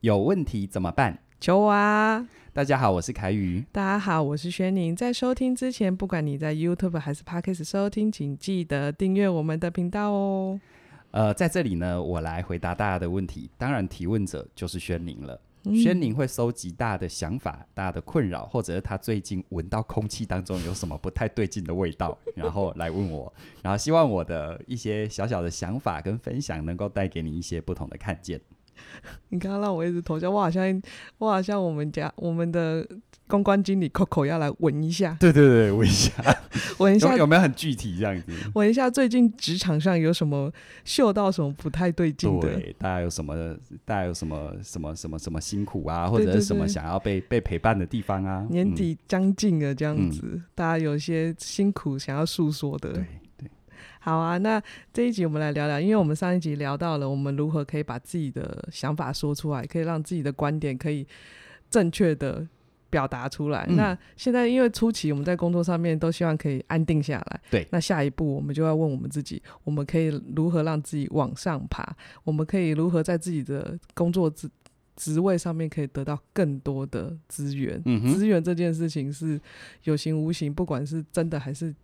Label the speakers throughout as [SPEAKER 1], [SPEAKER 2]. [SPEAKER 1] 有问题怎么办？
[SPEAKER 2] 求啊！
[SPEAKER 1] 大家好，我是凯宇。
[SPEAKER 2] 大家好，我是轩宁。在收听之前，不管你在 YouTube 还是 Podcast 收听，请记得订阅我们的频道哦。
[SPEAKER 1] 呃，在这里呢，我来回答大家的问题。当然，提问者就是轩宁了。
[SPEAKER 2] 嗯
[SPEAKER 1] 轩宁会收集大家的想法、大家的困扰，或者是他最近闻到空气当中有什么不太对劲的味 道，然后来问我，然后希望我的一些小小的想法跟分享能够带给你一些不同的看见。
[SPEAKER 2] 你刚刚让我一直头像，我好像我好像我们家我们的公关经理 Coco 要来闻 一下，
[SPEAKER 1] 对对对，问一下，
[SPEAKER 2] 闻一 下
[SPEAKER 1] 有有没有很具体这样子？
[SPEAKER 2] 闻一下最近职场上有什么嗅到什么不太对劲的。
[SPEAKER 1] 对，大家有什么，大家有什么什么什么什么辛苦啊，或
[SPEAKER 2] 对
[SPEAKER 1] 者
[SPEAKER 2] 对
[SPEAKER 1] 是什么
[SPEAKER 2] 对
[SPEAKER 1] 想要被被陪伴的地方啊？
[SPEAKER 2] 年
[SPEAKER 1] 嗯、
[SPEAKER 2] 底将近了，这样
[SPEAKER 1] 嗯
[SPEAKER 2] 子，大家有一些辛苦想要诉说的。
[SPEAKER 1] 对对，
[SPEAKER 2] 好啊，那这一集我们来聊聊，因为我们上一集聊到了我们如何可以把自己的想法说出来，可以让自己的观点可以正确的表达出来。
[SPEAKER 1] 嗯
[SPEAKER 2] 那现在因为初期我们在工作上面都希望可以安定下来，
[SPEAKER 1] 对
[SPEAKER 2] 那下一步我们就要问我们自己，我们可以如何让自己往上爬？我们可以如何在自己的工作职职位上面可以得到更多的资源？
[SPEAKER 1] 嗯哼
[SPEAKER 2] 资源这件事情是有形无形，不管是真的还是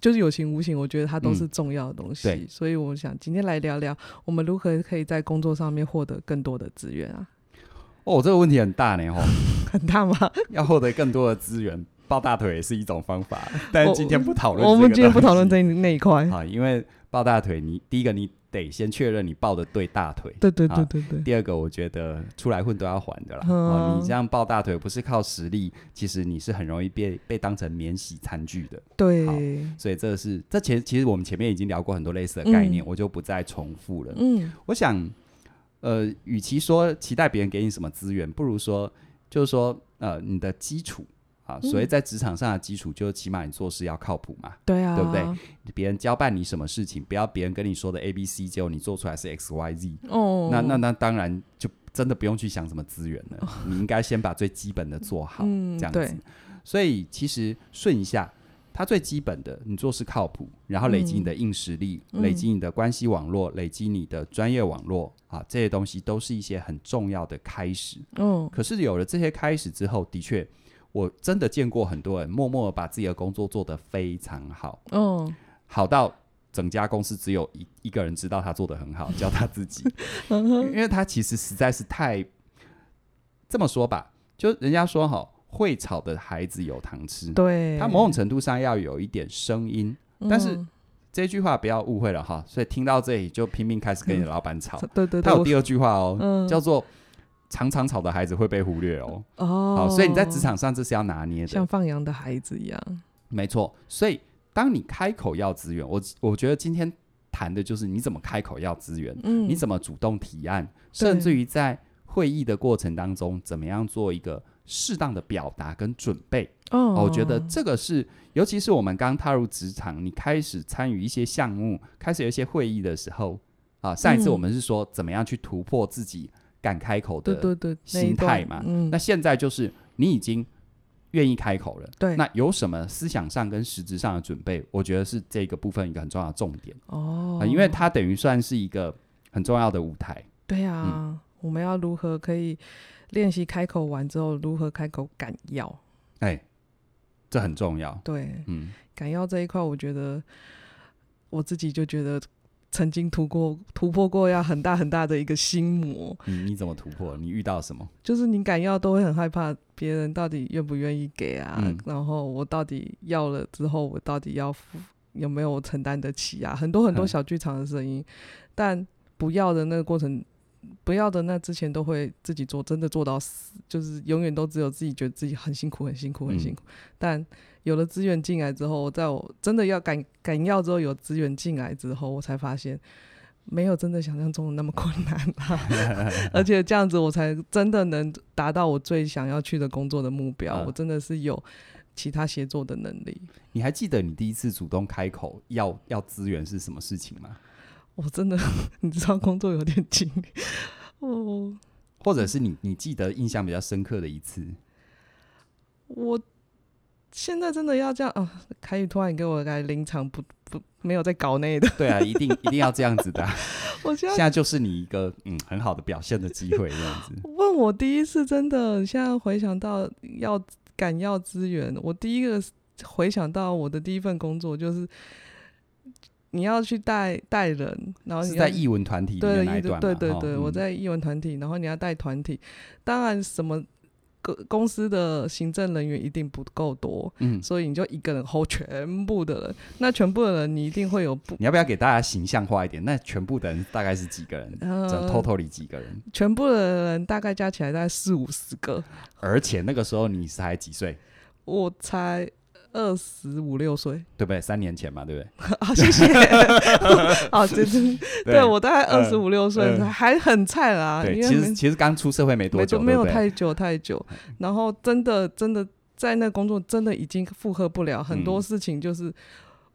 [SPEAKER 2] 就是有形无形，我觉得它都是重要的东
[SPEAKER 1] 嗯
[SPEAKER 2] 西。
[SPEAKER 1] 对
[SPEAKER 2] 所以我想今天来聊聊我们如何可以在工作上面获得更多的资源啊，
[SPEAKER 1] 哦，这个问题很大呢，吼，
[SPEAKER 2] 很大吗？
[SPEAKER 1] 要获得更多的资源，抱大腿也是一种方法，但
[SPEAKER 2] 我
[SPEAKER 1] 今天不讨论。
[SPEAKER 2] 我们今天不讨论这那一块。
[SPEAKER 1] 啊，因为抱大腿你，第一个你得先确认你抱的对大腿。
[SPEAKER 2] 对对对
[SPEAKER 1] 啊
[SPEAKER 2] 对对，
[SPEAKER 1] 第二个，我觉得出来混都要还的啦。
[SPEAKER 2] 嗯
[SPEAKER 1] 哦，你这样抱大腿不是靠实力，其实你是很容易被被当成免洗餐具的。
[SPEAKER 2] 对，
[SPEAKER 1] 好所以这是这前其实我们前面已经聊过很多类似的概念，
[SPEAKER 2] 嗯
[SPEAKER 1] 我就不再重复了。
[SPEAKER 2] 嗯
[SPEAKER 1] 我想，呃，与其说期待别人给你什么资源，不如说就是说，呃，你的基础啊，
[SPEAKER 2] 嗯
[SPEAKER 1] 所以在职场上的基础，就是起码你做事要靠谱嘛。
[SPEAKER 2] 对啊，
[SPEAKER 1] 对不对？别人交办你什么事情，不要别人跟你说的 A B C，结果你做出来是 X Y Z，、
[SPEAKER 2] 哦，
[SPEAKER 1] 那那那当然就真的不用去想什么资源了，你应该先把最基本的做好，
[SPEAKER 2] 嗯
[SPEAKER 1] 这样
[SPEAKER 2] 对
[SPEAKER 1] 子。所以其实顺一下。它最基本的，你做事靠谱，然后累积你的硬实力，
[SPEAKER 2] 嗯
[SPEAKER 1] 累积你的关系网络，累积你的专业网络啊，这些东西都是一些很重要的开始。
[SPEAKER 2] 嗯
[SPEAKER 1] 可是有了这些开始之后，的确，我真的见过很多人默默地把自己的工作做得非常好，
[SPEAKER 2] 嗯
[SPEAKER 1] 好到整家公司只有一一个人知道他做的很好，叫他自己，
[SPEAKER 2] 嗯
[SPEAKER 1] 因
[SPEAKER 2] 哼
[SPEAKER 1] 为他其实实在是太这么说吧，就人家说哈，会吵的孩子有糖吃，
[SPEAKER 2] 对，
[SPEAKER 1] 他某种程度上要有一点声音。但是
[SPEAKER 2] 嗯
[SPEAKER 1] 这句话不要误会了哈，所以听到这里就拼命开始跟你的老板吵。
[SPEAKER 2] 对对对，
[SPEAKER 1] 他有
[SPEAKER 2] 我
[SPEAKER 1] 第二句话哦，
[SPEAKER 2] 嗯
[SPEAKER 1] 叫做“常常吵的孩子会被忽略”哦。
[SPEAKER 2] 哦，
[SPEAKER 1] 好，所以你在职场上这是要拿捏的
[SPEAKER 2] 像，放羊的孩子一样，
[SPEAKER 1] 没错。所以当你开口要资源，我我觉得今天谈的就是你怎么开口要资源，
[SPEAKER 2] 嗯，
[SPEAKER 1] 你怎么主动提案，甚至于在会议的过程当中，怎么样做一个适当的表达跟准备。
[SPEAKER 2] 哦，
[SPEAKER 1] 哦我觉得这个是，尤其是我们刚踏入职场，你开始参与一些项目，开始有一些会议的时候，啊，上一次
[SPEAKER 2] 嗯
[SPEAKER 1] 我们是说怎么样去突破自己敢开口的
[SPEAKER 2] 对对对，那
[SPEAKER 1] 心
[SPEAKER 2] 一段
[SPEAKER 1] 态嘛
[SPEAKER 2] 嗯，
[SPEAKER 1] 那现在就是你已经愿意开口了，
[SPEAKER 2] 对
[SPEAKER 1] 那有什么思想上跟实质上的准备？我觉得是这个部分一个很重要的重点啊、
[SPEAKER 2] 哦，
[SPEAKER 1] 因为它等于算是一个很重要的舞台。
[SPEAKER 2] 对
[SPEAKER 1] 嗯
[SPEAKER 2] 啊，我们要如何可以练习开口完之后，如何开口敢要？
[SPEAKER 1] 哎，这很重要。
[SPEAKER 2] 对，
[SPEAKER 1] 嗯，
[SPEAKER 2] 敢要这一块，我觉得我自己就觉得曾经突过突破过要很大很大的一个心魔，
[SPEAKER 1] 你你怎么突破？你遇到什么？
[SPEAKER 2] 就是你敢要都会很害怕别人到底愿不愿意给啊，
[SPEAKER 1] 嗯
[SPEAKER 2] 然后我到底要了之后，我到底要付有没有承担得起啊？很多很多
[SPEAKER 1] 嗯
[SPEAKER 2] 小剧场的声音，但不要的那个过程，不要的那之前都会自己做，真的做到死，就是永远都只有自己觉得自己很辛苦，很辛苦，很辛苦。但有了资源进来之后，在我真的要敢敢要之后，有资源进来之后，我才发现。没有真的想象中的那么困难啦、而且这样子我才真的能达到我最想要去的工作的目标。
[SPEAKER 1] 嗯
[SPEAKER 2] 我真的是有其他协作的能力，
[SPEAKER 1] 你还记得你第一次主动开口要要资源是什么事情吗？
[SPEAKER 2] 我真的 你知道工作有点紧，哦我
[SPEAKER 1] 或者是你你记得印象比较深刻的一次？
[SPEAKER 2] 我现在真的要这样啊！凯宇突然给我来临场不不没有在搞内的，
[SPEAKER 1] 对啊，一定一定要这样子的啊、
[SPEAKER 2] 我现
[SPEAKER 1] 现
[SPEAKER 2] 在
[SPEAKER 1] 在就是你一个嗯很好的表现的机会，这样子。
[SPEAKER 2] 问我第一次真的，现在回想到要赶要资源，我第一个回想到我的第一份工作就是你要去带带人，然后
[SPEAKER 1] 是
[SPEAKER 2] 你要
[SPEAKER 1] 在译文团体里
[SPEAKER 2] 哦对
[SPEAKER 1] 面那一段嘛
[SPEAKER 2] 对对
[SPEAKER 1] 哈
[SPEAKER 2] 对，
[SPEAKER 1] 嗯
[SPEAKER 2] 我在艺文团体，然后你要带团体，当然什么公公司的行政人员一定不够多，
[SPEAKER 1] 嗯，
[SPEAKER 2] 所以你就一个人 hold 全部的人，那全部的人你一定会有不。
[SPEAKER 1] 你要不要给大家形象化一点？那全部的人大概是几个人？
[SPEAKER 2] 呃
[SPEAKER 1] 整 total 里几个人？
[SPEAKER 2] 全部的人大概加起来大概四五十个，
[SPEAKER 1] 而且那个时候你才几岁？
[SPEAKER 2] 我才二十五六岁
[SPEAKER 1] 对不对？三年前嘛，对不对？
[SPEAKER 2] 啊！谢谢，啊，对对，对我大概二十五六岁，
[SPEAKER 1] 嗯
[SPEAKER 2] 还很菜啦，
[SPEAKER 1] 对，
[SPEAKER 2] 啊因
[SPEAKER 1] 其
[SPEAKER 2] 为
[SPEAKER 1] 实
[SPEAKER 2] 没
[SPEAKER 1] 其实刚出社会没多
[SPEAKER 2] 没
[SPEAKER 1] 久，
[SPEAKER 2] 没有
[SPEAKER 1] 对不对
[SPEAKER 2] 太久太久，然后真的真的在那工作真的已经负荷不了，很多
[SPEAKER 1] 嗯
[SPEAKER 2] 事情就是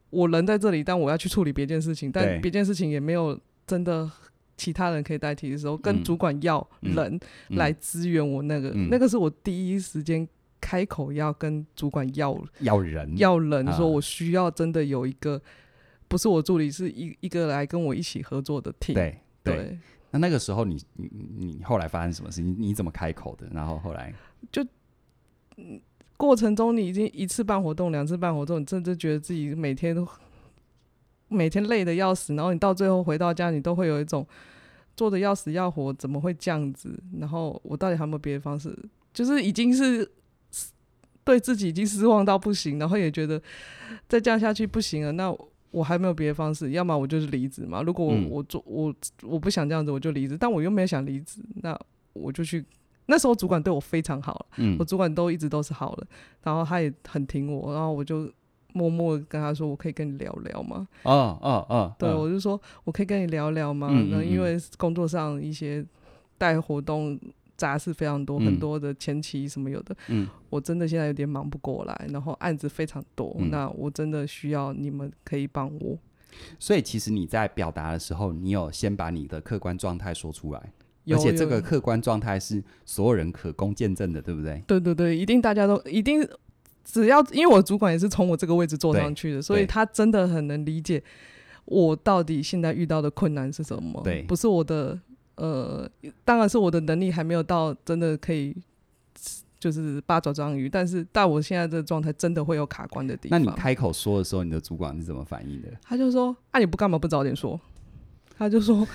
[SPEAKER 2] 我人在这里，但我要去处理别件事情，
[SPEAKER 1] 对
[SPEAKER 2] 但别件事情也没有真的。其他人可以代替的时候，跟
[SPEAKER 1] 嗯
[SPEAKER 2] 主管要
[SPEAKER 1] 嗯
[SPEAKER 2] 人
[SPEAKER 1] 嗯
[SPEAKER 2] 来支援我那个，
[SPEAKER 1] 嗯
[SPEAKER 2] 那个是我第一时间开口要跟主管要
[SPEAKER 1] 要人
[SPEAKER 2] 要人
[SPEAKER 1] 嗯啊
[SPEAKER 2] 说，我需要真的有一个，不是我助理，是一一个来跟我一起合作的 team。
[SPEAKER 1] 对对。
[SPEAKER 2] 对，
[SPEAKER 1] 那那个时候你你你你后来发生什么事？你你怎么开口的？然后后来
[SPEAKER 2] 过程中你已经一次办活动，两次办活动，你真的觉得自己每天都每天累得要死，然后你到最后回到家，你都会有一种做的要死要活，怎么会这样子？然后我到底还有没有别的方式？就是已经是对自己已经失望到不行，然后也觉得再这样下去不行了，那。我还没有别的方式，要么我就是离职嘛。如果我、
[SPEAKER 1] 嗯
[SPEAKER 2] 我做我我不想这样子，我就离职。但我又没有想离职，那我就去。那时候主管对我非常好了，
[SPEAKER 1] 嗯
[SPEAKER 2] 我主管都一直都是好的，然后他也很挺我，然后我就默默地跟他说，我可以跟你聊聊吗？
[SPEAKER 1] 哦哦哦，
[SPEAKER 2] 对，
[SPEAKER 1] 嗯
[SPEAKER 2] 我就说我可以跟你聊聊吗？
[SPEAKER 1] 嗯嗯
[SPEAKER 2] 然后
[SPEAKER 1] 嗯
[SPEAKER 2] 因为工作上一些带活动杂事非常多，
[SPEAKER 1] 嗯
[SPEAKER 2] 很多的前期什么有的，
[SPEAKER 1] 嗯
[SPEAKER 2] 我真的现在有点忙不过来，然后案子非常多，
[SPEAKER 1] 嗯
[SPEAKER 2] 那我真的需要你们可以帮我。
[SPEAKER 1] 所以其实你在表达的时候，你有先把你的客观状态说出来，
[SPEAKER 2] 有
[SPEAKER 1] 而且这个
[SPEAKER 2] 有
[SPEAKER 1] 客观状态是所有人可供见证的，对不对？
[SPEAKER 2] 对对对，一定大家都一定，只要因为我主管也是从我这个位置坐上去的，所以他真的很能理解我到底现在遇到的困难是什么。
[SPEAKER 1] 对
[SPEAKER 2] 不是我的呃，当然是我的能力还没有到真的可以就是八爪章鱼，但是到我现在这个状态，真的会有卡关的地
[SPEAKER 1] 那
[SPEAKER 2] 方。
[SPEAKER 1] 你开口说的时候，你的主管是怎么反应的？
[SPEAKER 2] 他就说：“啊，你不干嘛不早点说？”他就说：“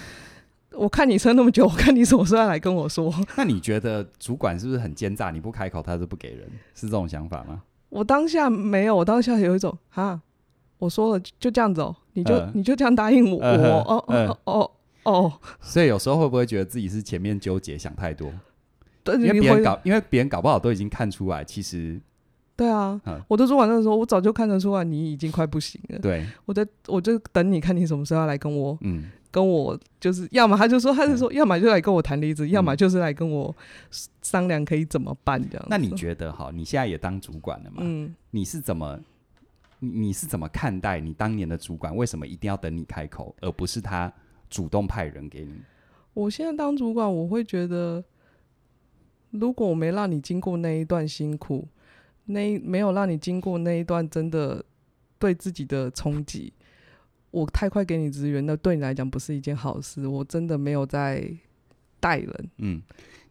[SPEAKER 2] 我看你撑那么久，我看你什么时候要来跟我说。”
[SPEAKER 1] 那你觉得主管是不是很奸诈？你不开口，他是不给人，是这种想法吗？
[SPEAKER 2] 我当下没有，我当下有一种哈，我说了就就这样子哦，你就、
[SPEAKER 1] 嗯
[SPEAKER 2] 你就这样答应我，
[SPEAKER 1] 嗯哼
[SPEAKER 2] 我哦
[SPEAKER 1] 嗯
[SPEAKER 2] 哦哦哦，
[SPEAKER 1] 所以有时候会不会觉得自己是前面纠结想太多？
[SPEAKER 2] 对，
[SPEAKER 1] 因为
[SPEAKER 2] 你
[SPEAKER 1] 别人
[SPEAKER 2] 会
[SPEAKER 1] 搞，因为别人搞不好都已经看出来，其实
[SPEAKER 2] 对啊
[SPEAKER 1] 嗯，
[SPEAKER 2] 我的主管那个时候，我早就看得出来你已经快不行了，
[SPEAKER 1] 对，
[SPEAKER 2] 我在我就等你看你什么时候要来跟我
[SPEAKER 1] 嗯，
[SPEAKER 2] 跟我就是，要么他就说他就说，要么就来跟我谈离职，要么就是来跟我商量可以怎么办这样
[SPEAKER 1] 嗯
[SPEAKER 2] 子。
[SPEAKER 1] 那你觉得哈？你现在也当主管了嘛？
[SPEAKER 2] 嗯，
[SPEAKER 1] 你是怎么，你你是怎么看待你当年的主管？为什么一定要等你开口，而不是他主动派人给你？
[SPEAKER 2] 我现在当主管，我会觉得，如果我没让你经过那一段辛苦，那一没有让你经过那一段真的对自己的冲击，我太快给你资源，那对你来讲不是一件好事。我真的没有在带人，
[SPEAKER 1] 嗯，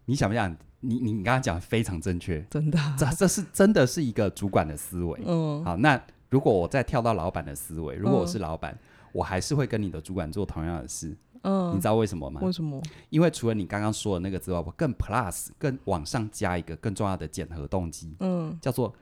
[SPEAKER 1] 你想不想？你你你刚刚讲得非常正确，
[SPEAKER 2] 真的。
[SPEAKER 1] 这这是真的是一个主管的思维。
[SPEAKER 2] 嗯，
[SPEAKER 1] 好，那如果我再跳到老板的思维，如果我
[SPEAKER 2] 嗯
[SPEAKER 1] 是老板，我还是会跟你的主管做同样的事。
[SPEAKER 2] 嗯，
[SPEAKER 1] 你知道为什么吗？
[SPEAKER 2] 为什么？
[SPEAKER 1] 因为除了你刚刚说的那个之外，我更 plus 更往上加一个更重要的检核动机，
[SPEAKER 2] 嗯，
[SPEAKER 1] 叫做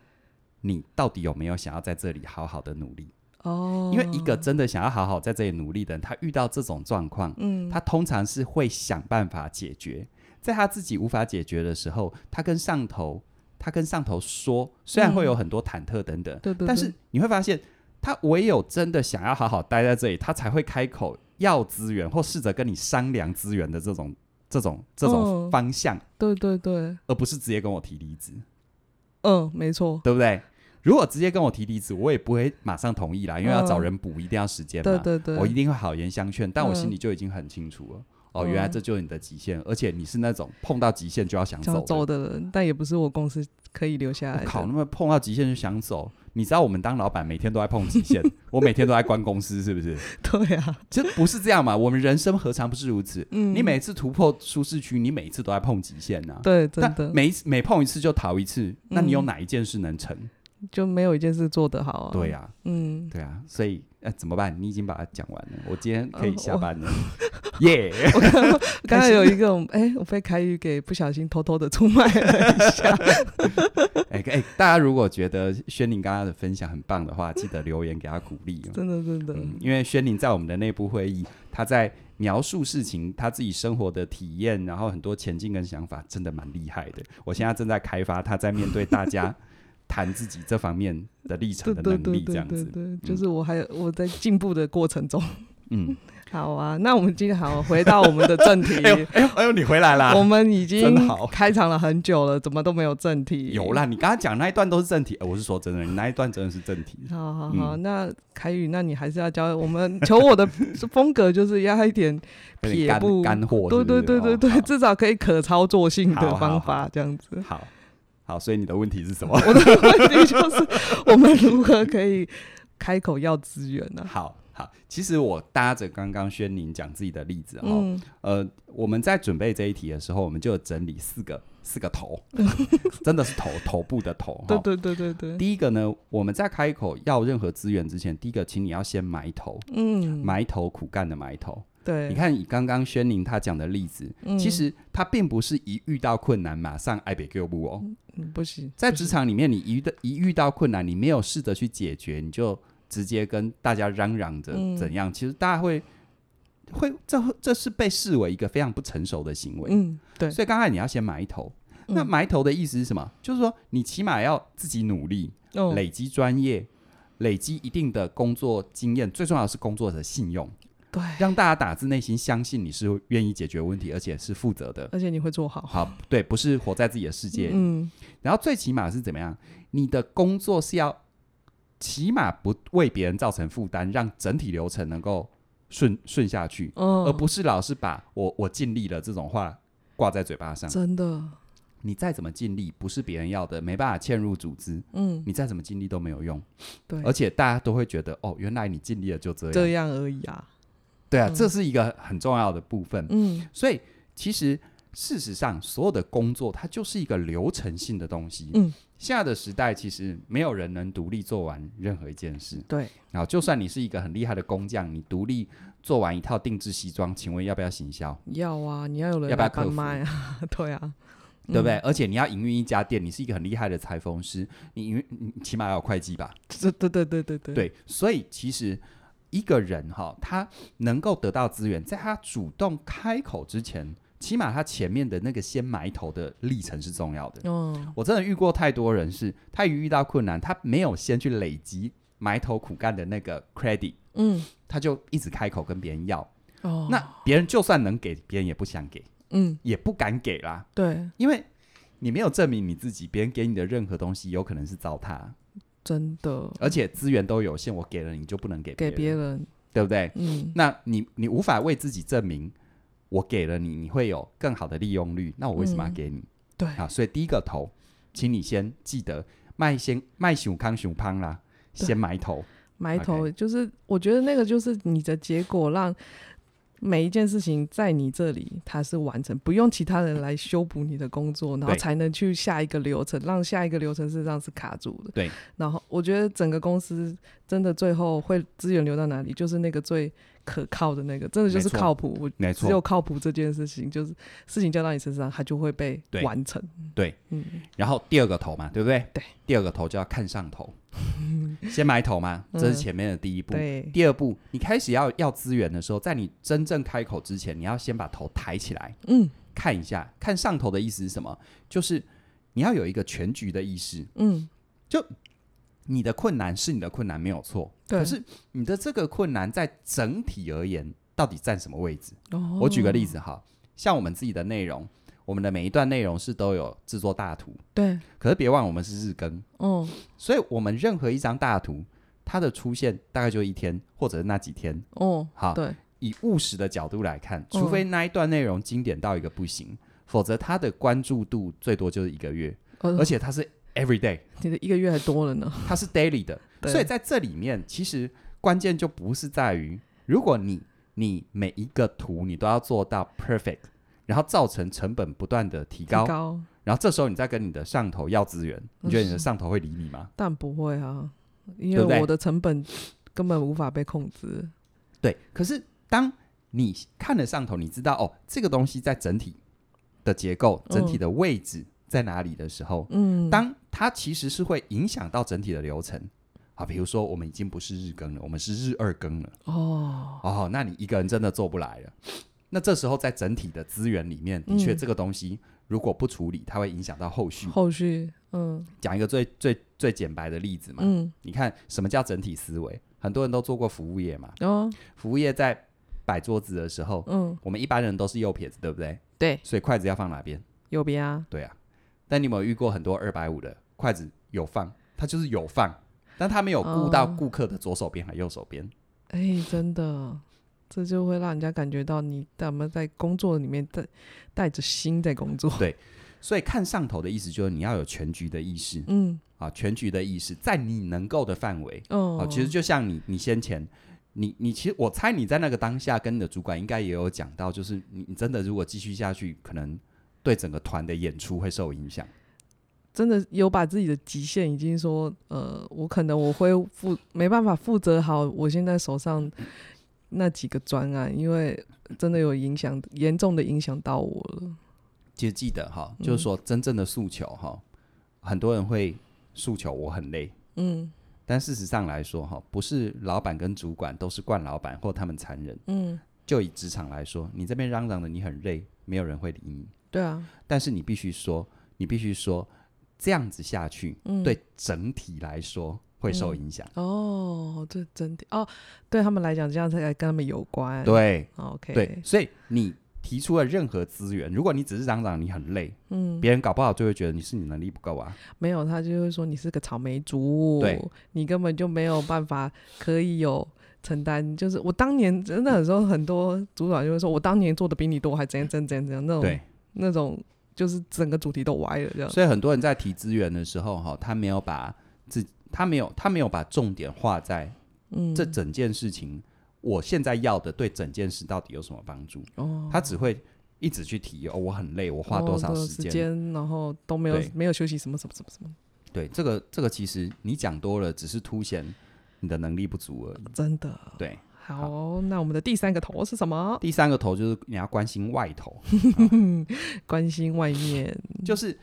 [SPEAKER 1] 你到底有没有想要在这里好好的努力？
[SPEAKER 2] 哦，
[SPEAKER 1] 因为一个真的想要好好在这里努力的人，他遇到这种状况，
[SPEAKER 2] 嗯，
[SPEAKER 1] 他通常是会想办法解决。在他自己无法解决的时候，他跟上头，他跟上头说，虽然会有很多忐忑等等，
[SPEAKER 2] 对对对，
[SPEAKER 1] 但是你会发现，他唯有真的想要好好待在这里，他才会开口要资源或试着跟你商量资源的这种、这种、这种
[SPEAKER 2] 嗯
[SPEAKER 1] 方向，
[SPEAKER 2] 对对对，
[SPEAKER 1] 而不是直接跟我提离职，
[SPEAKER 2] 嗯，没错，
[SPEAKER 1] 对不对？如果直接跟我提离职，我也不会马上同意啦，因为要
[SPEAKER 2] 嗯
[SPEAKER 1] 找人补，一定要时间嘛。
[SPEAKER 2] 对对对，
[SPEAKER 1] 我一定会好言相劝，但我心
[SPEAKER 2] 嗯
[SPEAKER 1] 里就已经很清楚了，哦，原来这就是你的极限，而且你是那种碰到极限就要想走
[SPEAKER 2] 想
[SPEAKER 1] 的。
[SPEAKER 2] 走的哎人，但也不是我公司可以留下来
[SPEAKER 1] 我靠，
[SPEAKER 2] 的。
[SPEAKER 1] 那么碰到极限就想走，你知道我们当老板每天都在碰极限， 我每天都在关公司，是不是？
[SPEAKER 2] 对啊，
[SPEAKER 1] 这不是这样嘛？我们人生何尝不是如此？
[SPEAKER 2] 嗯，
[SPEAKER 1] 你每次突破舒适区，你每次都在碰极限呐、啊。
[SPEAKER 2] 对真
[SPEAKER 1] 但
[SPEAKER 2] 的嗯
[SPEAKER 1] 每一次每碰一次就逃一次，那你有哪一件事能成？
[SPEAKER 2] 就没有一件事做得好啊。
[SPEAKER 1] 对呀、
[SPEAKER 2] 嗯，
[SPEAKER 1] 对啊，所以呃怎么办？你已经把它讲完了，我今天可以
[SPEAKER 2] 呃
[SPEAKER 1] 下
[SPEAKER 2] 我
[SPEAKER 1] 班 了，耶、
[SPEAKER 2] 刚才有一个，哎、我被凯宇给不小心偷偷的出卖了一下。
[SPEAKER 1] 哎哎，大家如果觉得轩宁刚刚的分享很棒的话，记得留言给他鼓励哦。
[SPEAKER 2] 真的真的，
[SPEAKER 1] 嗯，因为轩宁在我们的内部会议，他在描述事情，他自己生活的体验，然后很多前进跟想法，真的蛮厉害的。我现在正在开发他在面对大 家谈自己这方面的历程
[SPEAKER 2] 对
[SPEAKER 1] 的
[SPEAKER 2] 对
[SPEAKER 1] 能
[SPEAKER 2] 对
[SPEAKER 1] 力，这
[SPEAKER 2] 对
[SPEAKER 1] 样
[SPEAKER 2] 对
[SPEAKER 1] 子。
[SPEAKER 2] 对，就是我还有我在进步的过程中。
[SPEAKER 1] 嗯，。
[SPEAKER 2] 好啊，那我们今天好回到我们的正题
[SPEAKER 1] 哎呦哎呦哎呦，你回来啦！
[SPEAKER 2] 我们已经
[SPEAKER 1] 真好
[SPEAKER 2] 开场了很久了，怎么都没有正题？
[SPEAKER 1] 有。啦，你刚刚讲那一段都是正题，呃我是说真的，你那一段真的是正题。
[SPEAKER 2] 好好好，
[SPEAKER 1] 嗯
[SPEAKER 2] 那凯宇，那你还是要教我们。求我的风格就是要一点，
[SPEAKER 1] 有点
[SPEAKER 2] 撇
[SPEAKER 1] 干
[SPEAKER 2] 步
[SPEAKER 1] 干货是
[SPEAKER 2] 对
[SPEAKER 1] 不是，
[SPEAKER 2] 对对对
[SPEAKER 1] 哦
[SPEAKER 2] 对，至少可以可操作性
[SPEAKER 1] 好
[SPEAKER 2] 的
[SPEAKER 1] 好
[SPEAKER 2] 方
[SPEAKER 1] 好
[SPEAKER 2] 法，这样子。
[SPEAKER 1] 好好好，所以你的问题是什么？
[SPEAKER 2] 我的 问题就是，我们如何可以开口要资源 呢、
[SPEAKER 1] 好好，其实我搭着刚刚轩宁讲自己的例子哦，
[SPEAKER 2] 嗯，
[SPEAKER 1] 呃，我们在准备这一题的时候，我们就有整理四个四个头， 真的是头 头部的头。
[SPEAKER 2] 嗯对
[SPEAKER 1] 哈
[SPEAKER 2] 对对对对，
[SPEAKER 1] 第一个呢，我们在开口要任何资源之前，第一个，请你要先埋头，
[SPEAKER 2] 嗯，
[SPEAKER 1] 埋头苦干的埋头。
[SPEAKER 2] 对，
[SPEAKER 1] 你看，以刚刚轩宁他讲的例子，
[SPEAKER 2] 嗯
[SPEAKER 1] 其实他并不是一遇到困难马上爱北 Q 步哦，
[SPEAKER 2] 嗯不行，
[SPEAKER 1] 在
[SPEAKER 2] 不
[SPEAKER 1] 职
[SPEAKER 2] 行
[SPEAKER 1] 场里面，你一遇到一遇到困难，你没有试着去解决，你就直接跟大家嚷嚷着
[SPEAKER 2] 嗯
[SPEAKER 1] 怎样，其实大家会会这会这是被视为一个非常不成熟的行为。
[SPEAKER 2] 嗯，对，
[SPEAKER 1] 所以刚才你要先埋头。那
[SPEAKER 2] 嗯
[SPEAKER 1] 埋头的意思是什么？就是说你起码要自己努力，
[SPEAKER 2] 哦
[SPEAKER 1] 累积专业，累积一定的工作经验，最重要的是工作的信用，
[SPEAKER 2] 对，
[SPEAKER 1] 让大家打自内心相信你是愿意解决问题，而且是负责的。
[SPEAKER 2] 而且你会做好，
[SPEAKER 1] 好，对，不是活在自己的世界里。
[SPEAKER 2] 嗯，
[SPEAKER 1] 然后最起码是怎么样？你的工作是要起码不为别人造成负担，让整体流程能够顺顺下去，
[SPEAKER 2] 哦，
[SPEAKER 1] 而不是老是把我我尽力了这种话挂在嘴巴上。
[SPEAKER 2] 真的，
[SPEAKER 1] 你再怎么尽力，不是别人要的，没办法嵌入组织，
[SPEAKER 2] 嗯，
[SPEAKER 1] 你再怎么尽力都没有用。
[SPEAKER 2] 对，
[SPEAKER 1] 而且啊大家都会觉得，哦，原来你尽力了就这样。
[SPEAKER 2] 这样而已啊，
[SPEAKER 1] 对啊，
[SPEAKER 2] 嗯
[SPEAKER 1] 这是一个很重要的部分。
[SPEAKER 2] 嗯，
[SPEAKER 1] 所以其实事实上，所有的工作它就是一个流程性的东西。
[SPEAKER 2] 嗯，
[SPEAKER 1] 现在的时代其实没有人能独立做完任何一件事。
[SPEAKER 2] 对，
[SPEAKER 1] 啊，就算你是一个很厉害的工匠，你独立做完一套定制西装，请问要不要行销？
[SPEAKER 2] 要啊，你要有人
[SPEAKER 1] 要不要
[SPEAKER 2] 来
[SPEAKER 1] 克
[SPEAKER 2] 帮
[SPEAKER 1] 服
[SPEAKER 2] 卖啊， 对啊，
[SPEAKER 1] 对不对？而且你要营运一家店，你是一个很厉害的裁缝师，你营运你起码要有会计吧？
[SPEAKER 2] 对对对对对对，
[SPEAKER 1] 对，所以其实一个人哈、他能够得到资源，在他主动开口之前，起码他前面的那个先埋头的历程是重要的。
[SPEAKER 2] 嗯，
[SPEAKER 1] 我真的遇过太多人是，他一遇到困难，他没有先去累积埋头苦干的那个 credit，
[SPEAKER 2] 嗯，
[SPEAKER 1] 他就一直开口跟别人要。
[SPEAKER 2] 哦，
[SPEAKER 1] 那别人就算能给，别人也不想给，
[SPEAKER 2] 嗯，
[SPEAKER 1] 也不敢给啦，
[SPEAKER 2] 对，
[SPEAKER 1] 因为你没有证明你自己，别人给你的任何东西有可能是糟蹋，
[SPEAKER 2] 真的，
[SPEAKER 1] 而且资源都有限，我给了你就不能给
[SPEAKER 2] 给别
[SPEAKER 1] 人，
[SPEAKER 2] 人，
[SPEAKER 1] 对不对？
[SPEAKER 2] 嗯，
[SPEAKER 1] 那你你无法为自己证明，我给了你，你会有更好的利用率，那我为什么要
[SPEAKER 2] 嗯
[SPEAKER 1] 给你、
[SPEAKER 2] 对，
[SPEAKER 1] 啊？所以第一个头，请你先记得卖先卖熊康熊康啦，
[SPEAKER 2] 对
[SPEAKER 1] 先埋头，
[SPEAKER 2] 埋
[SPEAKER 1] OK
[SPEAKER 2] 头就是，我觉得那个就是你的结果，让每一件事情在你这里它是完成，不用其他人来修补你的工作，然后
[SPEAKER 1] 对
[SPEAKER 2] 才能去下一个流程，让下一个流程事实上是卡住的。
[SPEAKER 1] 对，
[SPEAKER 2] 然后我觉得整个公司真的最后会资源流到哪里，就是那个最可靠的那个，真的就是
[SPEAKER 1] 没错
[SPEAKER 2] 靠谱。我
[SPEAKER 1] 没
[SPEAKER 2] 只有靠谱这件事情，就是事情交到你身上，它就会被
[SPEAKER 1] 对
[SPEAKER 2] 完成。
[SPEAKER 1] 对。
[SPEAKER 2] 嗯，
[SPEAKER 1] 然后第二个头嘛，对不对？
[SPEAKER 2] 对，
[SPEAKER 1] 第二个头就要看上 头，先埋头嘛，这是前面的第一步。
[SPEAKER 2] 嗯对，
[SPEAKER 1] 第二步，你开始要要资源的时候，在你真正开口之前，你要先把头抬起来
[SPEAKER 2] 嗯
[SPEAKER 1] 看一下，看上头的意思是什么？就是你要有一个全局的意识，
[SPEAKER 2] 嗯，
[SPEAKER 1] 你的困难是你的困难没有错，
[SPEAKER 2] 对
[SPEAKER 1] 可是你的这个困难在整体而言到底占什么位置？
[SPEAKER 2] 哦，
[SPEAKER 1] 我举个例子哈，像我们自己的内容，我们的每一段内容是都有制作大图，
[SPEAKER 2] 对，
[SPEAKER 1] 可是别忘了我们是日更，
[SPEAKER 2] 哦，
[SPEAKER 1] 所以我们任何一张大图，它的出现大概就一天或者是那几天。
[SPEAKER 2] 哦，
[SPEAKER 1] 好
[SPEAKER 2] 对，
[SPEAKER 1] 以务实的角度来看，
[SPEAKER 2] 嗯
[SPEAKER 1] 除非那一段内容经典到一个不行，否则它的关注度最多就是一个月，
[SPEAKER 2] 呃
[SPEAKER 1] 而且它是 every day，
[SPEAKER 2] 你的一个月还多了呢。
[SPEAKER 1] 它是 daily 的，
[SPEAKER 2] 对
[SPEAKER 1] 所以在这里面，其实关键就不是在于，如果你你每一个图你都要做到 perfect，然后造成成本不断的提高，
[SPEAKER 2] 提高，嗯
[SPEAKER 1] 然后这时候你再跟你的上头要资源，你觉得你的上头会理你吗？
[SPEAKER 2] 但不会啊，因
[SPEAKER 1] 对不对
[SPEAKER 2] 为我的成本根本无法被控制。
[SPEAKER 1] 对，可是当你看了上头，你知道哦，这个东西在整体的结构、整体的位置在哪里的时候，
[SPEAKER 2] 嗯，
[SPEAKER 1] 当它其实是会影响到整体的流程啊。比如说，我们已经不是日更了，我们是日二更了。
[SPEAKER 2] 哦，
[SPEAKER 1] 哦，那你一个人真的做不来了。那这时候在整体的资源里面，的确
[SPEAKER 2] 嗯
[SPEAKER 1] 这个东西如果不处理，它会影响到后续。
[SPEAKER 2] 后续，嗯
[SPEAKER 1] 讲一个最最最简白的例子嘛，
[SPEAKER 2] 嗯，
[SPEAKER 1] 你看什么叫整体思维？很多人都做过服务业嘛，
[SPEAKER 2] 然后
[SPEAKER 1] 服务业在摆桌子的时候，
[SPEAKER 2] 哦嗯，
[SPEAKER 1] 我们一般人都是右撇子，对不对？
[SPEAKER 2] 对，
[SPEAKER 1] 所以筷子要放哪边？
[SPEAKER 2] 右边啊，
[SPEAKER 1] 对啊。但你有没有遇过很多二百五的筷子有放，它就是有放，但它没有顾到
[SPEAKER 2] 哦
[SPEAKER 1] 顾客的左手边还右手边。
[SPEAKER 2] 哎、真的，这就会让人家感觉到你怎么在工作里面带带着心在工作。
[SPEAKER 1] 所以看上头的意思就是你要有全局的意识
[SPEAKER 2] 嗯
[SPEAKER 1] 啊，全局的意识在你能够的范围
[SPEAKER 2] 哦
[SPEAKER 1] 啊。，其实就像你你先前。你你其实我猜你在那个当下跟你的主管应该也有讲到，就是你你真的如果继续下去，可能对整个团的演出会受影响。
[SPEAKER 2] 真的有把自己的极限已经说，呃，我可能我会负没办法负责好我现在手上那几个专案，因为真的有影响，严重的影响到我了。
[SPEAKER 1] 其实记得哈，
[SPEAKER 2] 嗯
[SPEAKER 1] 就是说真正的诉求哈，很多人会诉求我很累，
[SPEAKER 2] 嗯
[SPEAKER 1] 但事实上来说哈，不是老板跟主管都是惯老板或他们残忍。
[SPEAKER 2] 嗯，
[SPEAKER 1] 就以职场来说，你这边嚷嚷的你很累，没有人会理你，
[SPEAKER 2] 对啊，
[SPEAKER 1] 但是你必须说，你必须说这样子下去，
[SPEAKER 2] 嗯，
[SPEAKER 1] 对整体来说会受影响。
[SPEAKER 2] 哦，这整体哦，对他们来讲，这样才跟他们有关。
[SPEAKER 1] 对
[SPEAKER 2] 哦，OK，
[SPEAKER 1] 对，，所以你提出了任何资源，如果你只是嚷嚷你很累，
[SPEAKER 2] 嗯，
[SPEAKER 1] 别人搞不好就会觉得你是你能力不够啊。
[SPEAKER 2] 没有，他就会说你是个草莓族
[SPEAKER 1] 对，
[SPEAKER 2] 你根本就没有办法可以有承担。就是我当年真的有时候很多组长就会说，我当年做的比你多，还怎样怎样怎样怎样那
[SPEAKER 1] 对
[SPEAKER 2] 种，那种，就是整个主题都歪了这样。
[SPEAKER 1] 所以很多人在提资源的时候，哈，他没有把自他没有他没有把重点画在
[SPEAKER 2] 嗯，
[SPEAKER 1] 这整件事情，我现在要的对整件事到底有什么帮助？
[SPEAKER 2] 哦，
[SPEAKER 1] 他只会一直去提哦，我很累，我花
[SPEAKER 2] 哦
[SPEAKER 1] 多少时
[SPEAKER 2] 时
[SPEAKER 1] 间？
[SPEAKER 2] 间，然后都没有
[SPEAKER 1] 对
[SPEAKER 2] 没有休息，什么什么什么什么，
[SPEAKER 1] 对，这个这个其实你讲多了，只是凸显你的能力不足而已。
[SPEAKER 2] 真的。
[SPEAKER 1] 对，
[SPEAKER 2] 好，那我们的第三个头是什么？
[SPEAKER 1] 第三个头就是你要关心外头，
[SPEAKER 2] 关心外面，
[SPEAKER 1] 就是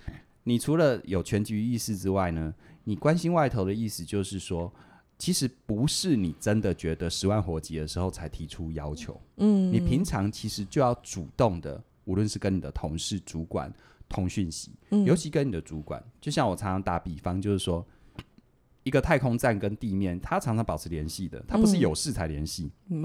[SPEAKER 1] 你除了有全局意识之外呢，你关心外头的意思就是说，其实不是你真的觉得十万火急的时候才提出要求，
[SPEAKER 2] 嗯，
[SPEAKER 1] 你平常其实就要主动的，无论是跟你的同事、主管通讯息，
[SPEAKER 2] 嗯
[SPEAKER 1] 尤其跟你的主管，就像我常常打比方，就是说。一个太空站跟地面，它常常保持联系的，它不是
[SPEAKER 2] 嗯
[SPEAKER 1] 有事才联系。
[SPEAKER 2] 嗯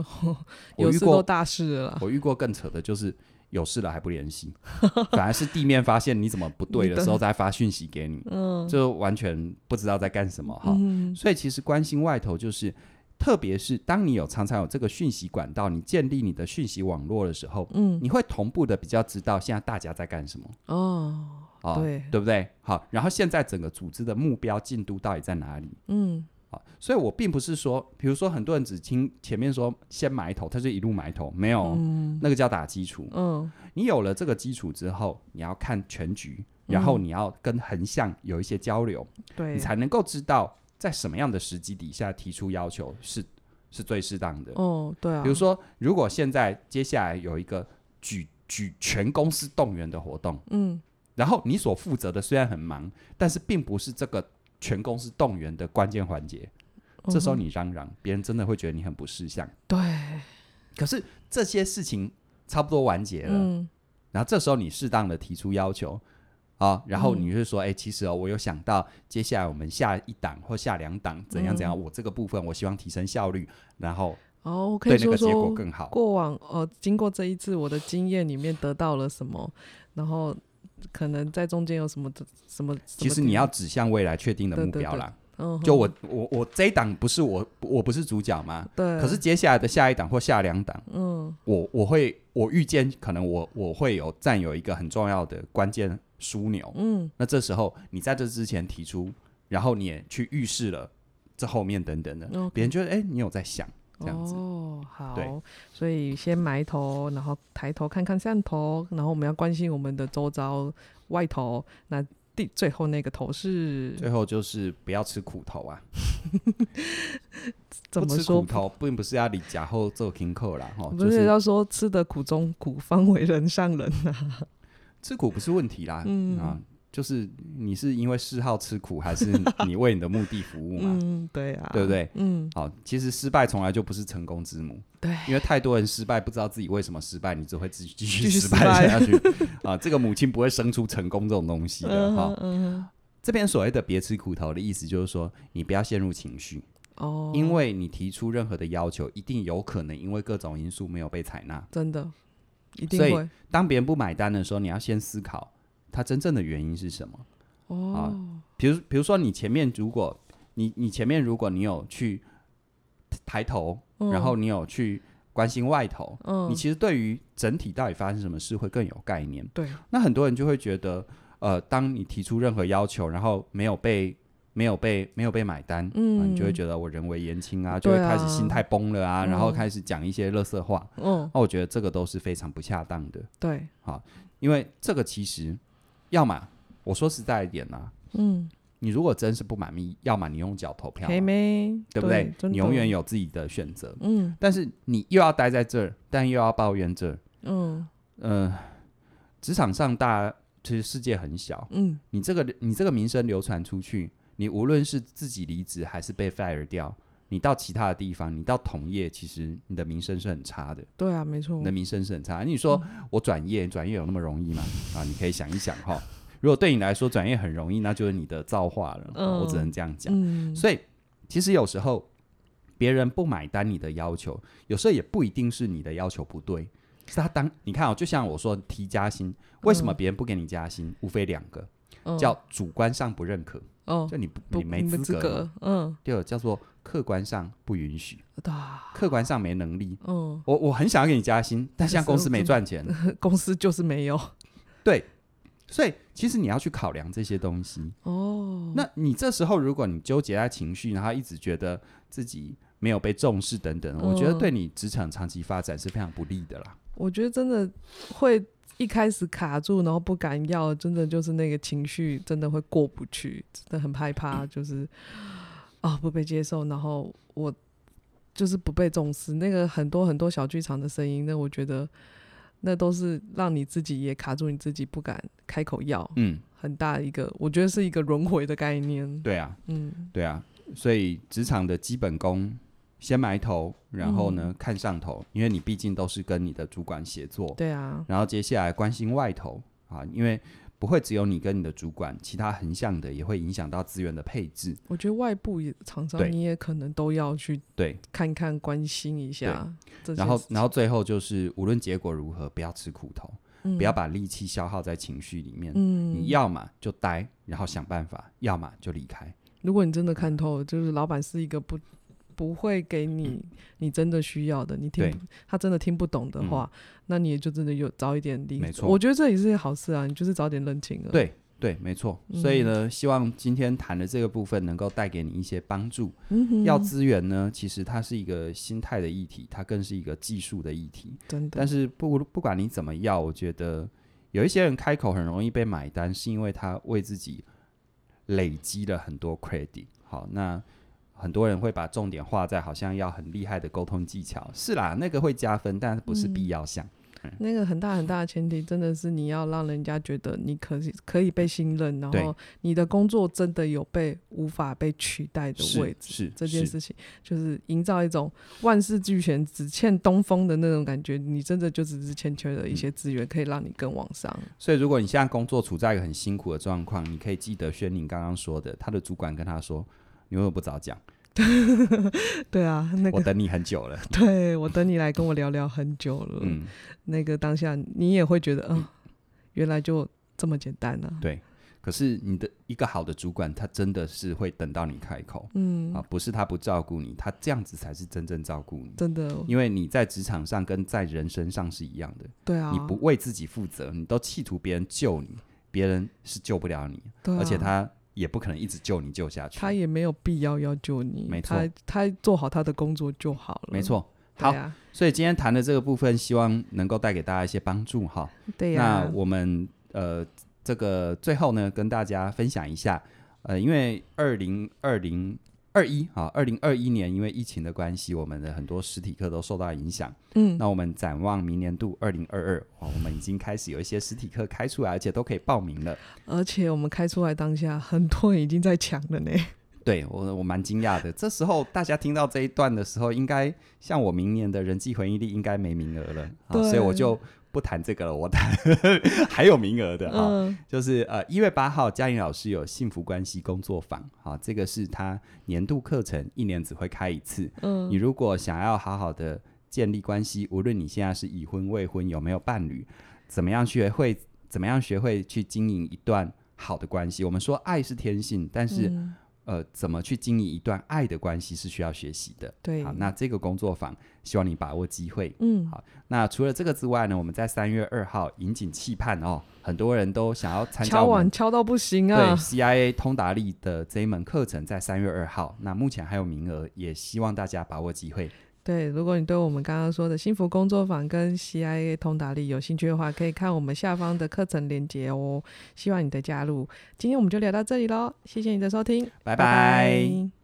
[SPEAKER 1] 我
[SPEAKER 2] 有
[SPEAKER 1] 遇
[SPEAKER 2] 事都
[SPEAKER 1] 过，
[SPEAKER 2] 大事了啦，
[SPEAKER 1] 我遇过更扯的，就是有事了还不联系， 反而是地面发现你怎么不 对的时候，再发讯息给你。
[SPEAKER 2] 嗯，
[SPEAKER 1] 就完全不知道在干什么哈。
[SPEAKER 2] 嗯
[SPEAKER 1] 所以其实关心外头就是，特别是当你有常常有这个讯息管道，你建立你的讯息网络的时候，
[SPEAKER 2] 嗯
[SPEAKER 1] 你会同步的比较知道现在大家在干什么
[SPEAKER 2] 哦，
[SPEAKER 1] 啊，
[SPEAKER 2] 对
[SPEAKER 1] 对不对？好，然后现在整个组织的目标进度到底在哪里？
[SPEAKER 2] 嗯
[SPEAKER 1] 啊，所以我并不是说，比如说很多人只听前面说先埋头，他就一路埋头，没有哦、
[SPEAKER 2] 嗯
[SPEAKER 1] 那个叫打基础。
[SPEAKER 2] 嗯
[SPEAKER 1] 你有了这个基础之后，你要看全局，然后
[SPEAKER 2] 嗯
[SPEAKER 1] 你要跟横向有一些交流。
[SPEAKER 2] 对，
[SPEAKER 1] 你才能够知道在什么样的时机底下提出要求是是最适当的。
[SPEAKER 2] 哦，对啊，
[SPEAKER 1] 比如说，如果现在接下来有一个举举全公司动员的活动，
[SPEAKER 2] 嗯
[SPEAKER 1] 然后你所负责的虽然很忙，但是并不是这个全公司动员的关键环节。
[SPEAKER 2] 嗯
[SPEAKER 1] 这时候
[SPEAKER 2] 哼
[SPEAKER 1] 你嚷嚷，别人真的会觉得你很不识相。
[SPEAKER 2] 对，
[SPEAKER 1] 可是这些事情差不多完结了，
[SPEAKER 2] 嗯
[SPEAKER 1] 然后这时候你适当的提出要求啊，然后你就说，哎、其实哦，我有想到接下来我们下一档或下两档怎
[SPEAKER 2] 嗯
[SPEAKER 1] 样怎样，我这个部分我希望提升效率，然后
[SPEAKER 2] 哦，我可
[SPEAKER 1] 对
[SPEAKER 2] 以
[SPEAKER 1] 那
[SPEAKER 2] 说
[SPEAKER 1] 个结果
[SPEAKER 2] 说
[SPEAKER 1] 更好。
[SPEAKER 2] 过往呃，经过这一次我的经验里面得到了什么，然后可能在中间有什么的什么，
[SPEAKER 1] 其实你要指向未来确定的
[SPEAKER 2] 对
[SPEAKER 1] 目
[SPEAKER 2] 对
[SPEAKER 1] 标
[SPEAKER 2] 对
[SPEAKER 1] 啦。
[SPEAKER 2] 嗯哼
[SPEAKER 1] 就我我我这一档不是我我不是主角吗？
[SPEAKER 2] 对，
[SPEAKER 1] 可是接下来的下一档或下两档，
[SPEAKER 2] 嗯嗯
[SPEAKER 1] 我我会我预见可能我我会有占有一个很重要的关键枢纽，
[SPEAKER 2] 嗯
[SPEAKER 1] 那这时候你在这之前提出，然后你也去预示了这后面等等的，
[SPEAKER 2] 嗯 OK
[SPEAKER 1] 别人觉得哎、你有在想这样子，
[SPEAKER 2] 哦，好
[SPEAKER 1] 对，
[SPEAKER 2] 所以先埋头，然后抬头看看上头，然后我们要关心我们的周遭外头。那第最后那个头是
[SPEAKER 1] 最后就是不要吃苦头啊，
[SPEAKER 2] 怎
[SPEAKER 1] 不
[SPEAKER 2] 么
[SPEAKER 1] 吃
[SPEAKER 2] 说
[SPEAKER 1] 苦？头并不是要你假后做 king 扣啦，哈，
[SPEAKER 2] 不
[SPEAKER 1] 就是是
[SPEAKER 2] 要说吃的苦中苦，方为人上人啊。
[SPEAKER 1] 吃苦不是问题啦，
[SPEAKER 2] 嗯
[SPEAKER 1] 啊，就是你是因为嗜好吃苦，还是你 为你的目的服务嘛？
[SPEAKER 2] 嗯，对啊，
[SPEAKER 1] 对不对
[SPEAKER 2] 嗯，
[SPEAKER 1] 好，其实失败从来就不是成功之母，
[SPEAKER 2] 对，
[SPEAKER 1] 因为太多人失败，不知道自己为什么失败，你只会自己继续
[SPEAKER 2] 继续
[SPEAKER 1] 失败
[SPEAKER 2] 失败
[SPEAKER 1] 下去啊。这个母亲不会生出成功这种东西的哈。
[SPEAKER 2] 嗯
[SPEAKER 1] 这边所谓的别吃苦头的意思，就是说你不要陷入情绪，
[SPEAKER 2] 哼哦，
[SPEAKER 1] 因为你提出任何的要求，一定有可能因为各种因素没有被采纳。
[SPEAKER 2] 真的一定
[SPEAKER 1] 所以
[SPEAKER 2] 会
[SPEAKER 1] 当别人不买单的时候，你要先思考他真正的原因是什么。啊
[SPEAKER 2] 哦，
[SPEAKER 1] 比如，比如说你前面如果你你前面如果你有去抬头，
[SPEAKER 2] 嗯
[SPEAKER 1] 然后你有去关心外头，
[SPEAKER 2] 嗯，
[SPEAKER 1] 你其实对于整体到底发生什么事会更有概念。
[SPEAKER 2] 对，
[SPEAKER 1] 那很多人就会觉得，呃，当你提出任何要求，然后没有被没有被没有被买单，
[SPEAKER 2] 嗯
[SPEAKER 1] 啊你就会觉得我人为言轻啊，就
[SPEAKER 2] 对
[SPEAKER 1] 会
[SPEAKER 2] 啊
[SPEAKER 1] 开始心态崩了啊，
[SPEAKER 2] 嗯
[SPEAKER 1] 然后开始讲一些垃圾话。
[SPEAKER 2] 嗯，
[SPEAKER 1] 那我觉得这个都是非常不恰当的，
[SPEAKER 2] 对，
[SPEAKER 1] 因为这个其实，要么我说实在一点啊，
[SPEAKER 2] 嗯，
[SPEAKER 1] 你如果真是不满意，要么你用脚投票嘛、
[SPEAKER 2] 黑妹，
[SPEAKER 1] 对不对？
[SPEAKER 2] 真
[SPEAKER 1] 你
[SPEAKER 2] 的
[SPEAKER 1] 永远有自己的选择，
[SPEAKER 2] 嗯
[SPEAKER 1] 但是你又要待在这儿，但又要抱怨这儿，
[SPEAKER 2] 嗯
[SPEAKER 1] 呃，职场上大，其实世界很小，
[SPEAKER 2] 嗯，
[SPEAKER 1] 你这个你这个名声流传出去，你无论是自己离职还是被 fire 掉，你到其他的地方，你到同业，其实你的名声是很差的，
[SPEAKER 2] 对啊，没错
[SPEAKER 1] 你的，名声是很差。你说
[SPEAKER 2] 嗯
[SPEAKER 1] 我转业，转业有那么容易吗？啊，你可以想一想哈。如果对你来说转业很容易，那就是你的造化了。啊我只
[SPEAKER 2] 嗯
[SPEAKER 1] 能这样讲。
[SPEAKER 2] 嗯，
[SPEAKER 1] 所以其实有时候别人不买单你的要求，有时候也不一定是你的要求不对，是他当你看哦，就像我说提加薪，为什么
[SPEAKER 2] 嗯
[SPEAKER 1] 别人不给你加薪？无非两个，
[SPEAKER 2] 嗯
[SPEAKER 1] 叫主观上不认可，
[SPEAKER 2] 哦，
[SPEAKER 1] 就你不
[SPEAKER 2] 不
[SPEAKER 1] 你没
[SPEAKER 2] 资
[SPEAKER 1] 资格嘛；
[SPEAKER 2] 格，嗯，
[SPEAKER 1] 第二个叫做客观上不允许，
[SPEAKER 2] 对啊，
[SPEAKER 1] 客观上没能力。
[SPEAKER 2] 嗯，
[SPEAKER 1] 我我很想要给你加薪，但现在公司没赚钱，
[SPEAKER 2] 公司就是没有，
[SPEAKER 1] 对，所以其实你要去考量这些东西。
[SPEAKER 2] 哦，
[SPEAKER 1] 那你这时候如果你纠结在情绪，然后一直觉得自己没有被重视等等，我觉得
[SPEAKER 2] 嗯
[SPEAKER 1] 对你职场长期发展是非常不利的啦。
[SPEAKER 2] 我觉得真的会一开始卡住，然后不敢要，真的就是那个情绪真的会过不去，真的很害怕，就是啊、不被接受，然后我就是不被重视。那个很多很多小剧场的声音，那我觉得那都是让你自己也卡住，你自己不敢开口要，
[SPEAKER 1] 嗯，
[SPEAKER 2] 很大一个，我觉得是一个轮回的概念。
[SPEAKER 1] 对啊，
[SPEAKER 2] 嗯，
[SPEAKER 1] 对啊，所以职场的基本功。先埋头，然后
[SPEAKER 2] 嗯
[SPEAKER 1] 呢、看上头，因为你毕竟都是跟你的主管协作，
[SPEAKER 2] 对啊，
[SPEAKER 1] 然后接下来关心外头啊，因为不会只有你跟你的主管，其他横向的也会影响到资源的配置。
[SPEAKER 2] 我觉得外部也厂商
[SPEAKER 1] 对
[SPEAKER 2] 你也可能都要去
[SPEAKER 1] 对，
[SPEAKER 2] 看看、关心一下这些事情。
[SPEAKER 1] 然后然后最后就是无论结果如何，不要吃苦头，
[SPEAKER 2] 嗯
[SPEAKER 1] 不要把力气消耗在情绪里面。
[SPEAKER 2] 嗯，
[SPEAKER 1] 你要么就待，然后想办法；要么就离开。
[SPEAKER 2] 如果你真的看透了，就是老板是一个不不会给你你真的需要的，你听
[SPEAKER 1] 嗯对嗯
[SPEAKER 2] 他真的听不懂的话，那你也就真的有早一点离。
[SPEAKER 1] 没错
[SPEAKER 2] 我觉得这也是好事啊，你就是早点认清了。，
[SPEAKER 1] 对对，没错。
[SPEAKER 2] 嗯
[SPEAKER 1] 所以呢，希望今天谈的这个部分能够带给你一些帮助。
[SPEAKER 2] 嗯哼、
[SPEAKER 1] 要资源呢，其实它是一个心态的议题，它更是一个技术的议题。
[SPEAKER 2] 真的，
[SPEAKER 1] 但是不不管你怎么要，我觉得有一些人开口很容易被买单，是因为他为自己累积了很多 credit。好，那很多人会把重点画在好像要很厉害的沟通技巧，是啦，那个会加分，但不是必要项。
[SPEAKER 2] 那个很大很大的前提，真的是你要让人家觉得你可以可以被信任，然
[SPEAKER 1] 对
[SPEAKER 2] 后你的工作真的有被无法被取代的位
[SPEAKER 1] 是
[SPEAKER 2] 置。
[SPEAKER 1] 是
[SPEAKER 2] 这件
[SPEAKER 1] 是
[SPEAKER 2] 事情就是营造一种万事俱全，只欠东风的那种感觉。你真的就只是欠缺了一些资源，可以让你更往上。
[SPEAKER 1] 所以，如果你现在工作处在一个很辛苦的状况，你可以记得轩宁刚刚说的，他的主管跟他说：“你为什么不早讲？
[SPEAKER 2] 对啊，那
[SPEAKER 1] 我
[SPEAKER 2] 个
[SPEAKER 1] 等你很久 了。
[SPEAKER 2] 对我等你来跟我聊聊很久了。”
[SPEAKER 1] 嗯，
[SPEAKER 2] 那个当下你也会觉得，嗯、原来就这么简单呢、啊。
[SPEAKER 1] 对。可是你的一个好的主管，他真的是会等到你开口、
[SPEAKER 2] 嗯，
[SPEAKER 1] 啊，不是他不照顾你，他这样子才是真正照顾你。
[SPEAKER 2] 真的，
[SPEAKER 1] 因为你在职场上跟在人身上是一样的，
[SPEAKER 2] 对啊，
[SPEAKER 1] 你不为自己负责，你都企图别人救你，别人是救不了你，
[SPEAKER 2] 对啊、
[SPEAKER 1] 而且他也不可能一直救你救下去。
[SPEAKER 2] 他也没有必要要救你，
[SPEAKER 1] 没
[SPEAKER 2] 他他做好他的工作就好了，
[SPEAKER 1] 没，错。
[SPEAKER 2] 对
[SPEAKER 1] 好，
[SPEAKER 2] 啊，
[SPEAKER 1] 所以今天谈的这个部分，希望能够带给大家一些帮助哈。
[SPEAKER 2] 对啊呀、
[SPEAKER 1] 那我们呃，这个最后呢，跟大家分享一下，呃，因为二零二零二一啊，二零二一年因为疫情的关系，我们的很多实体课都受到影响。
[SPEAKER 2] 嗯，
[SPEAKER 1] 那我们展望明年度二零二二，哇，我们已经开始有一些实体课开出来，而且都可以报名了。
[SPEAKER 2] 而且我们开出来当下，很多人已经在抢了呢，
[SPEAKER 1] 对我，我蛮惊讶的。这时候大家听到这一段的时候，应该像我明年的人际回忆力应该没名额了，啊、
[SPEAKER 2] 对
[SPEAKER 1] 所以我就不谈这个了，我谈 还有名额的啊。
[SPEAKER 2] 嗯，
[SPEAKER 1] 就是呃，一月八号，嘉颖老师有幸福关系工作坊，好、这个是他年度课程，一年只会开一次。
[SPEAKER 2] 嗯
[SPEAKER 1] 你如果想要好好的建立关系，无论你现在是已婚、未婚，有没有伴侣，怎么样学会，怎么样学会去经营一段好的关系。我们说爱是天性，但是、
[SPEAKER 2] 嗯
[SPEAKER 1] 呃，怎么去经营一段爱的关系是需要学习的。
[SPEAKER 2] 对，
[SPEAKER 1] 好，那这个工作坊，希望你把握机会，
[SPEAKER 2] 嗯
[SPEAKER 1] 好那除了这个之外呢，我们在三月二号引颈期盼哦，很多人都想要参加
[SPEAKER 2] 敲
[SPEAKER 1] 我
[SPEAKER 2] 碗
[SPEAKER 1] 们
[SPEAKER 2] 敲到不行
[SPEAKER 1] 对
[SPEAKER 2] 啊，
[SPEAKER 1] CIA 通达力的这一门课程，在三月二号。那目前还有名额，也希望大家把握机会。
[SPEAKER 2] 对，如果你对我们刚刚说的幸福工作坊跟 CIA 通达力有兴趣的话，可以看我们下方的课程链接哦。希望你的加入，今天我们就聊到这里喽，谢谢你的收听，
[SPEAKER 1] 拜
[SPEAKER 2] 拜
[SPEAKER 1] 拜
[SPEAKER 2] 拜